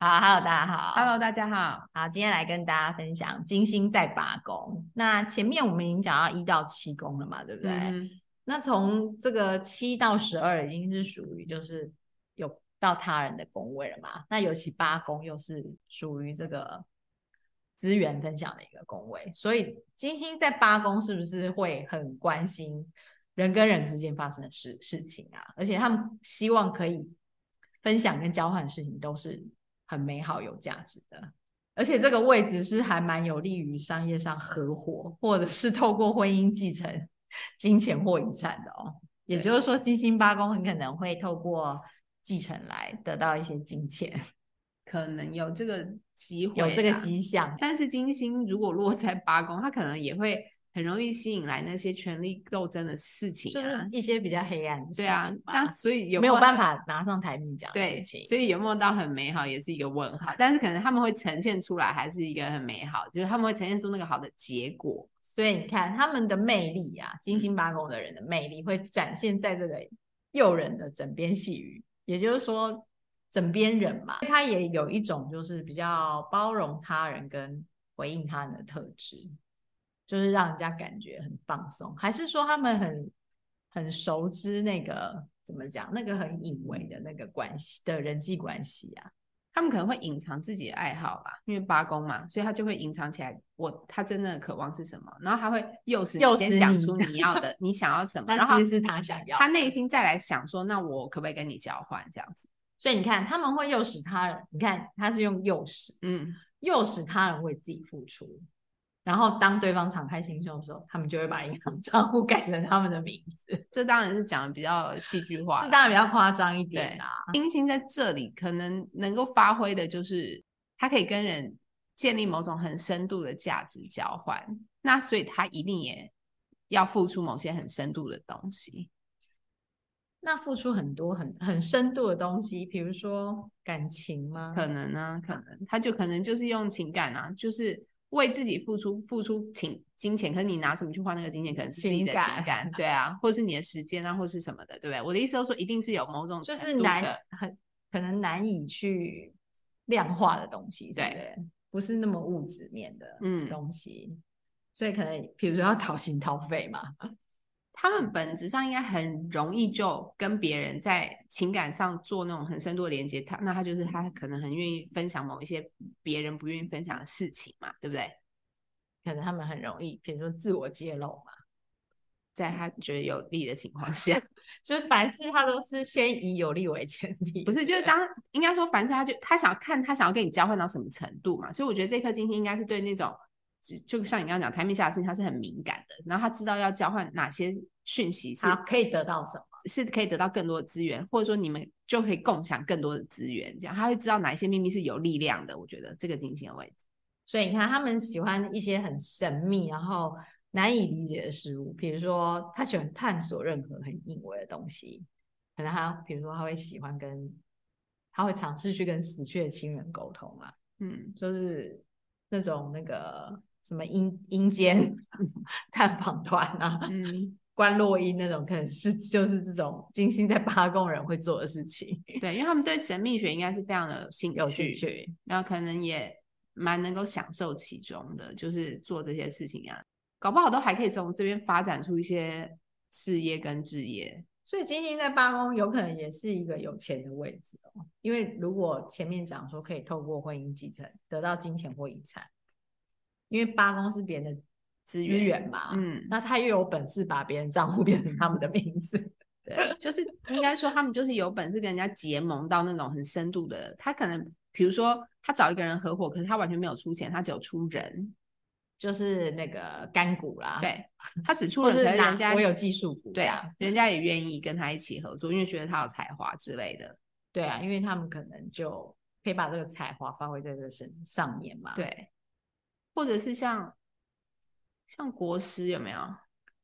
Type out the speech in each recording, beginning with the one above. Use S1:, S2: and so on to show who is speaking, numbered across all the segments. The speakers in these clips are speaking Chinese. S1: 好，Hello，大家好
S2: Hello，大家好。
S1: 好，今天来跟大家分享金星在八宫。那前面我们已经讲到一到七宫了嘛，对不对？
S2: 嗯，
S1: 那从这个七到十二已经是属于就是有到他人的宫位了嘛？那尤其八宫又是属于这个资源分享的一个宫位，所以金星在八宫是不是会很关心人跟人之间发生的事事情啊？而且他们希望可以分享跟交换的事情都是很美好有价值的。而且这个位置是还蛮有利于商业上合伙，或者是透过婚姻继承金钱或遗产的哦。也
S2: 对
S1: 就是说，金星八宫很可能会透过继承来得到一些金钱，
S2: 可能有这个机会，
S1: 有这个。迹象。
S2: 但是金星如果落在八宫，它可能也会很容易吸引来那些权力斗争的事情
S1: 就
S2: 啊
S1: 是。一些比较黑暗的事
S2: 对啊
S1: 情，吧
S2: 那所以有
S1: 没有
S2: 没
S1: 办法拿上台面讲的
S2: 对，
S1: 事情。
S2: 所以有没有到很美好也是一个问号。但是可能他们会呈现出来，还是一个很美好，就是他们会呈现出那个好的结果。
S1: 所以你看他们的魅力啊，金星八宫的人的魅力会展现在这个诱人的枕边细语，也就是说枕边人嘛，他也有一种就是比较包容他人跟回应他人的特质，就是让人家感觉很放松，还是说他们很很熟知那个怎么讲那个很隐微的那个关系的人际关系啊？
S2: 他们可能会隐藏自己的爱好吧，因为八宫嘛，所以他就会隐藏起来我他真正的渴望是什么，然后他会诱使
S1: 诱
S2: 你先
S1: 使
S2: 讲
S1: 你
S2: 出你要的，你想 要什么，然
S1: 那
S2: 后
S1: 其实是他想要的，
S2: 他内心再来想说，那我可不可以跟你交换这样子？
S1: 所以你看他们会诱使他人，你看他是用诱使。
S2: 嗯，
S1: 诱使他人为自己付出，然后当对方敞开心胸的时候，他们就会把银行账户改成他们的 名字，
S2: 这当然是讲的比较戏剧化
S1: 是
S2: 啦。
S1: 当然比较夸张一点啊。
S2: 金星在这里可能能够发挥的就是，他可以跟人建立某种很深度的价值交换，那所以他一定也要付出某些很深度的东西。
S1: 那付出很多很很深度的东西，比如说感情吗？
S2: 可能啊，可能他就可能就是用情感啊，就是为自己付出付出情金钱，可是你拿什么去换那个金钱？可能是自己
S1: 情
S2: 的情
S1: 感
S2: 感，对啊，或是你的时间啊，或是什么的，对不对？我的意思就是说，一定是有某种
S1: 就
S2: 程
S1: 是
S2: 度
S1: 难
S2: 的
S1: 很可能难以去量化的东西，对不对？不是那么物质面的
S2: 嗯
S1: 东西，所以可能比如说要掏心掏肺嘛，
S2: 他们本质上应该很容易就跟别人在情感上做那种很深度的连接，他那他就是他可能很愿意分享某一些别人不愿意分享的事情嘛，对不对？
S1: 可能他们很容易，比如说自我揭露嘛。
S2: 在他觉得有利的情况下，
S1: 就是凡事他都是先以有利为前提，
S2: 不是就是当应该说，反正他就他想要看他想要跟你交换到什么程度嘛，所以我觉得这颗金星应该是对那种就就像你刚刚讲台面下的事情，他是很敏感的，然后他知道要交换哪些讯息是
S1: 他可以得到什么？
S2: 是可以得到更多的资源，或者说你们就可以共享更多的资源，这样他会知道哪一些秘密是有力量的。我觉得这个金星的位置，
S1: 所以你看，他们喜欢一些很神秘，然后难以理解的事物，比如说他喜欢探索任何很隐微的东西，可能他比如说他会喜欢跟他会尝试去跟死去的亲人沟通啊，
S2: 嗯，
S1: 就是那种那个什么阴阴间 探访团啊。
S2: 嗯，
S1: 关洛音那种可能是就是这种金星在八宫人会做的事情，
S2: 对，因为他们对神秘学应该是非常的兴
S1: 有兴
S2: 趣，
S1: 趣。
S2: 然后可能也蛮能够享受其中的，就是做这些事情啊，搞不好都还可以从这边发展出一些事业跟置业。
S1: 所以金星在八宫有可能也是一个有钱的位置哦，因为如果前面讲说可以透过婚姻继承得到金钱或遗产，因为八宫是别人的
S2: 资
S1: 资
S2: 源
S1: 源嘛，
S2: 嗯，
S1: 那他又有本事把别人账户变成他们的名字，
S2: 对，就是应该说他们就是有本事跟人家结盟到那种很深度的。他可能比如说他找一个人合伙，可是他完全没有出钱，他只有出人，
S1: 就是那个干股啦，，
S2: 对他只出
S1: 啊或
S2: 人，
S1: 是
S2: 可是
S1: 拿
S2: 人家
S1: 我有技术股，
S2: 对啊，，人家也愿意跟他一起合作，因为觉得他有才华之类的。
S1: 对啊，因为他们可能就可以把这个才华发挥在这个身上面嘛。，
S2: 对，或者是像像国师有没有？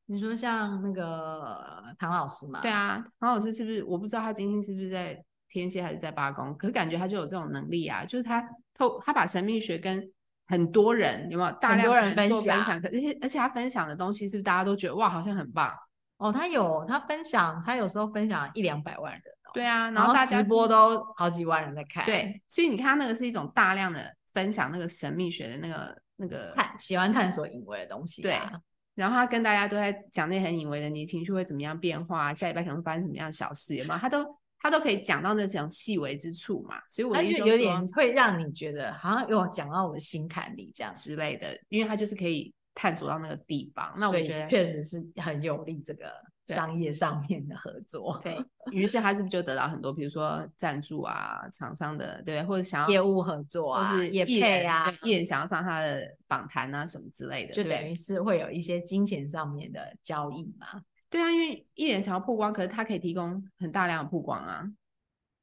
S1: 你说像那个唐老师嘛，
S2: 对，啊，唐老师是不是我不知道他金星是不是在天蝎还是在八宫，可是感觉他就有这种能力啊，就是他透他把神秘学跟很多人有没有大
S1: 很
S2: 量
S1: 多
S2: 的
S1: 人分
S2: 做分
S1: 享
S2: 享，可而且而且他分享的东西是不是大家都觉得哇好像很棒？
S1: 哦，他有他分享，他有时候分享一两百万人哦。
S2: 对啊，
S1: 然
S2: 后大家
S1: 直播
S2: 是
S1: 都好几万人在看，，
S2: 对，所以你看，那个是一种大量的分享那个神秘学的那个那个，
S1: 探喜欢探索隐微的东西、啊，
S2: 对然后他跟大家都在讲那些很隐微的，你情绪会怎么样变化，啊下礼拜可能会发生什么样的小事，有没有？他都他都可以讲到那种细微之处嘛，所以我
S1: 它
S2: 的意思
S1: 就
S2: 就是
S1: 有
S2: 说
S1: 点会让你觉得好像有讲到我的心坎里这样子。
S2: 之类的，因为他就是可以探索到那个地方。那我
S1: 所
S2: 觉
S1: 以
S2: 得，
S1: 确实是很有利这个
S2: 对
S1: 商业上面的合作，
S2: 对于是他是不是就得到很多，比如说赞助啊、厂商的，对，或者想
S1: 业
S2: 要。
S1: 务合作
S2: 或
S1: 啊，
S2: 是
S1: 业
S2: 艺
S1: 配
S2: 人
S1: 啊，
S2: 对艺人想要上他的访谈啊什么之类的，
S1: 就
S2: 对不对
S1: 等于是会有一些金钱上面的交易嘛。
S2: 对啊，因为艺人想要曝光，可是他可以提供很大量的曝光啊，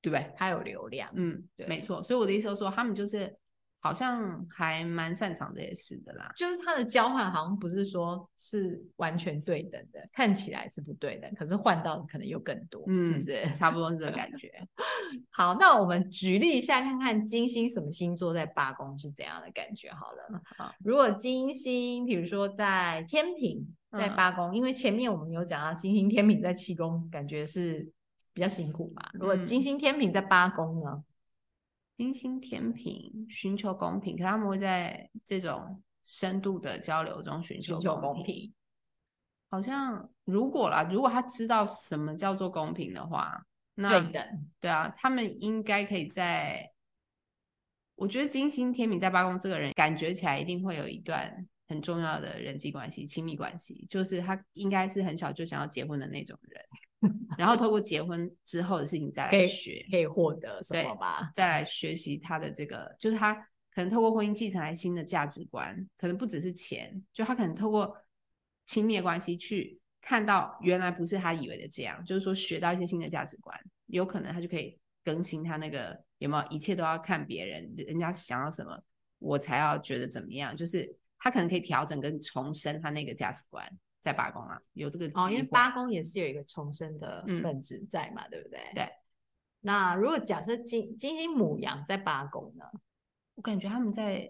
S2: 对不对？
S1: 它有流量，
S2: 嗯，
S1: 对
S2: 没错。所以我的意思就是说，他们就是好像还蛮擅长这些事的啦。
S1: 就是它的交换好像不是说是完全对等的，看起来是不对等，可是换到的可能又更多，是不
S2: 嗯，
S1: 是？
S2: 差不多是这个感觉。
S1: 好，那我们举例一下，看看金星什么星座在八宫是怎样的感觉嗯好了。
S2: 好
S1: 如果金星，比如说在天平，在
S2: 嗯
S1: 八宫，因为前面我们有讲到金星天平在七宫，感觉是比较辛苦嘛。如果金
S2: 嗯
S1: 星天平在八宫呢，
S2: 金星天平寻求公平，可他们会在这种深度的交流中寻
S1: 寻
S2: 求
S1: 求
S2: 公
S1: 公。平，
S2: 好像如果啦，如果他知道什么叫做公平的话，那
S1: 对等。
S2: 对啊，他们应该可以在。我觉得金星天平在八宫这个人，感觉起来一定会有一段很重要的人际关系、亲密关系，就是他应该是很小就想要结婚的那种人， 然后透过结婚之后的事情再
S1: 可
S2: 来
S1: 以
S2: 学，
S1: 可以获得什
S2: 对
S1: 么吧？
S2: 再来学习他的这个，就是他可能透过婚姻继承来新的价值观，可能不只是钱，就他可能透过亲密的关系去看到原来不是他以为的这样，就是说学到一些新的价值观，有可能他就可以更新他那个有没有一切都要看别人，人家想要什么我才要觉得怎么样，就是他可能可以调整跟重申他那个价值观，在罢工啊，有这个
S1: 哦，
S2: 机
S1: 因为
S2: 会
S1: 八宫也是有一个重生的
S2: 嗯
S1: 本质在嘛，对不对？
S2: 对。
S1: 那如果假设金金星母羊在八宫呢？
S2: 我感觉他们在，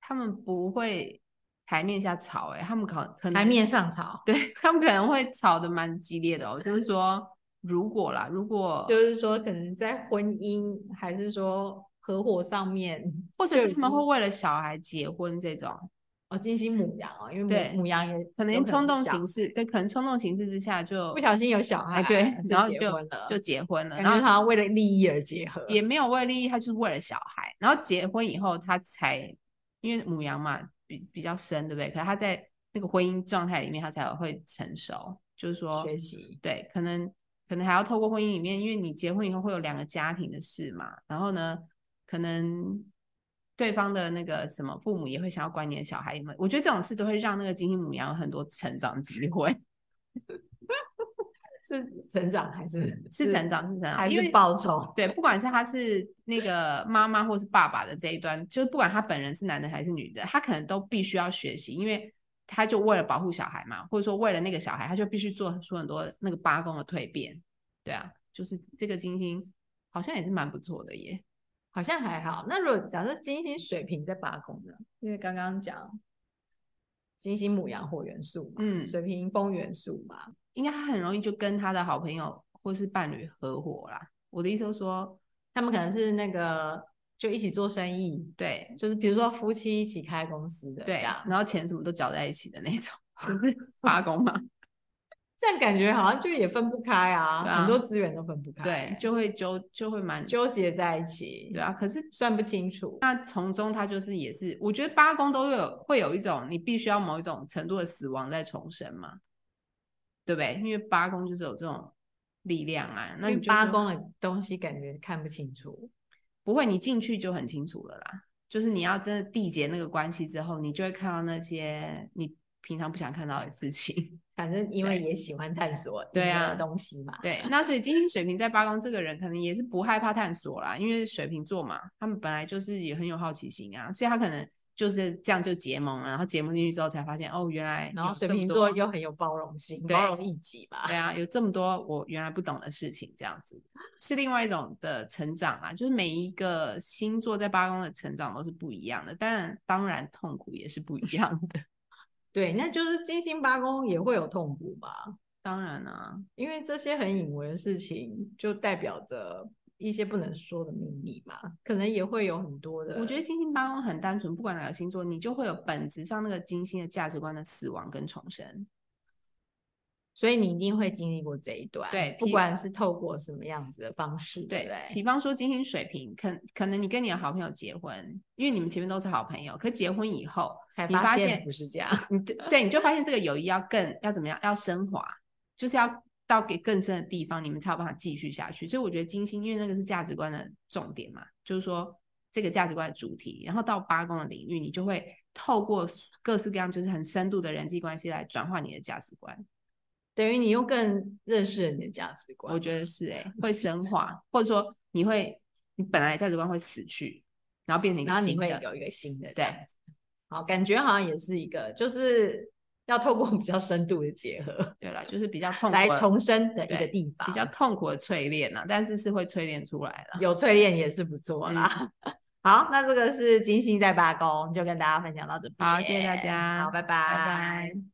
S2: 他们不会台面下吵、欸，他们可可能
S1: 台面上吵，
S2: 对他们可能会吵得蛮激烈的哦。就是说，如果啦，如果
S1: 就是说，可能在婚姻还是说合伙上面，
S2: 或者
S1: 就是嗯
S2: 他们
S1: 已
S2: 会
S1: 经
S2: 为了小孩结婚这种，
S1: 哦，金星母羊哦，因为
S2: 对
S1: 母母羊也
S2: 可能
S1: 有
S2: 冲
S1: 是
S2: 动
S1: 小
S2: 形式，对，可能冲动形式之下就
S1: 不小心有小孩，
S2: 哎对，然后
S1: 结婚了，
S2: 就结婚了，
S1: 感
S2: 然
S1: 觉好
S2: 后
S1: 像为了利益而结合，
S2: 也没有为利益，他就是为了小孩，然后结婚以后他才因为母羊嘛比比较深，对不对？可是他在那个婚姻状态里面，他才会成熟，就是说
S1: 学习
S2: 对，可能可能还要透过婚姻里面，因为你结婚以后会有两个家庭的事嘛，然后呢，可能对方的那个什么父母也会想要管你的小孩们，我觉得这种事都会让那个金星母羊有很多成长机会，
S1: 是成长还是
S2: 嗯是成长是成
S1: 还
S2: 长，因
S1: 是
S2: 为
S1: 报仇？
S2: 对，不管是他是那个妈妈或是爸爸的这一端，就是不管他本人是男的还是女的，他可能都必须要学习，因为他就为了保护小孩嘛，或者说为了那个小孩，他就必须做出很多那个八宫的蜕变。对啊，就是这个金星好像也是蛮不错的耶。
S1: 好像还好。那如果假设金星水瓶在八宫呢？因为刚刚讲金星母羊火元素嘛，
S2: 嗯
S1: 水瓶风元素嘛，
S2: 应该他很容易就跟他的好朋友或是伴侣合伙啦。我的意思就是说，
S1: 他们可能是那个就一起做生意，
S2: 对
S1: 就是比如说夫妻一起开公司的，
S2: 对，
S1: 这样
S2: 然后钱什么都搅在一起的那 种，不是八宫嘛？
S1: 这样感觉好像就也分不开啊，
S2: 对啊
S1: 很多资源都分不开
S2: 对，，就会纠就会蛮
S1: 纠结在一起，
S2: 对啊。可是
S1: 算不清楚。
S2: 那从中他就是也是，我觉得八宫都有会有一种你必须要某一种程度的死亡再重生嘛，对不对？因为八宫就是有这种力量啊，那
S1: 因
S2: 你
S1: 为
S2: 就
S1: 八
S2: 是
S1: 宫的东西感觉看不清楚，
S2: 不会，你进去就很清楚了啦。就是你要真的缔结那个关系之后，你就会看到那些你平常不想看到的事情。
S1: 反正因为也喜欢探索
S2: 对啊
S1: 隐微的东西嘛，
S2: 对，那所以金星水瓶在八宫这个人，可能也是不害怕探索啦，因为水瓶座嘛，他们本来就是也很有好奇心啊，所以他可能就是这样就结盟了，然后结盟进去之后才发现，哦，原来
S1: 然后
S2: 有
S1: 水
S2: 这么
S1: 瓶
S2: 多
S1: 座又很有包容心，
S2: 对
S1: 包容一己吧
S2: 对。啊，有这么多我原来不懂的事情，这样子是另外一种的成长啊。就是每一个星座在八宫的成长都是不一样的，当然当然痛苦也是不一样的。
S1: 对，那就是金星八宫也会有痛苦吧？
S2: 当然啊，
S1: 因为这些很隐微的事情，就代表着一些不能说的秘密嘛，可能也会有很多的。
S2: 我觉得金星八宫很单纯，不管哪个星座，你就会有本质上那个金星的价值观的死亡跟重生。
S1: 所以你一定会经历过这一段，
S2: 对
S1: 不
S2: 譬
S1: 管是透过什么样子的方式，对不
S2: 对，
S1: 对？
S2: 比方说金星水平，可可能你跟你的好朋友结婚，因为你们前面都是好朋友，可结婚以后，
S1: 才
S2: 你发
S1: 现
S2: 现
S1: 不是这样，
S2: 你对对，你就发现这个友谊要更要怎么样，要升华，就是要到给更深的地方，你们才有办法继续下去。所以我觉得金星，因为那个是价值观的重点嘛，就是说这个价值观的主题，然后到八宫的领域，你就会透过各式各样就是很深度的人际关系来转换你的价值观。
S1: 等于你又更认识了你的价值观。
S2: 我觉得是哎、会深化，或者说你会你本来的价值观会死去，然后变成一
S1: 然
S2: 个
S1: 后你
S2: 新
S1: 会
S2: 的。
S1: 有一个新的这
S2: 对
S1: 样子，好，感觉好像也是一个，就是要透过比较深度的结合
S2: 对了，就是比较痛苦
S1: 来
S2: 的
S1: 重生的一个
S2: 对
S1: 地方，
S2: 比较痛苦的淬炼呐、但是是会淬炼出来的。
S1: 有淬炼也是不错啦。
S2: 嗯
S1: 好，那这个是金星在八宫，就跟大家分享到这边。
S2: 好谢谢大家
S1: 好，拜拜，
S2: 拜拜。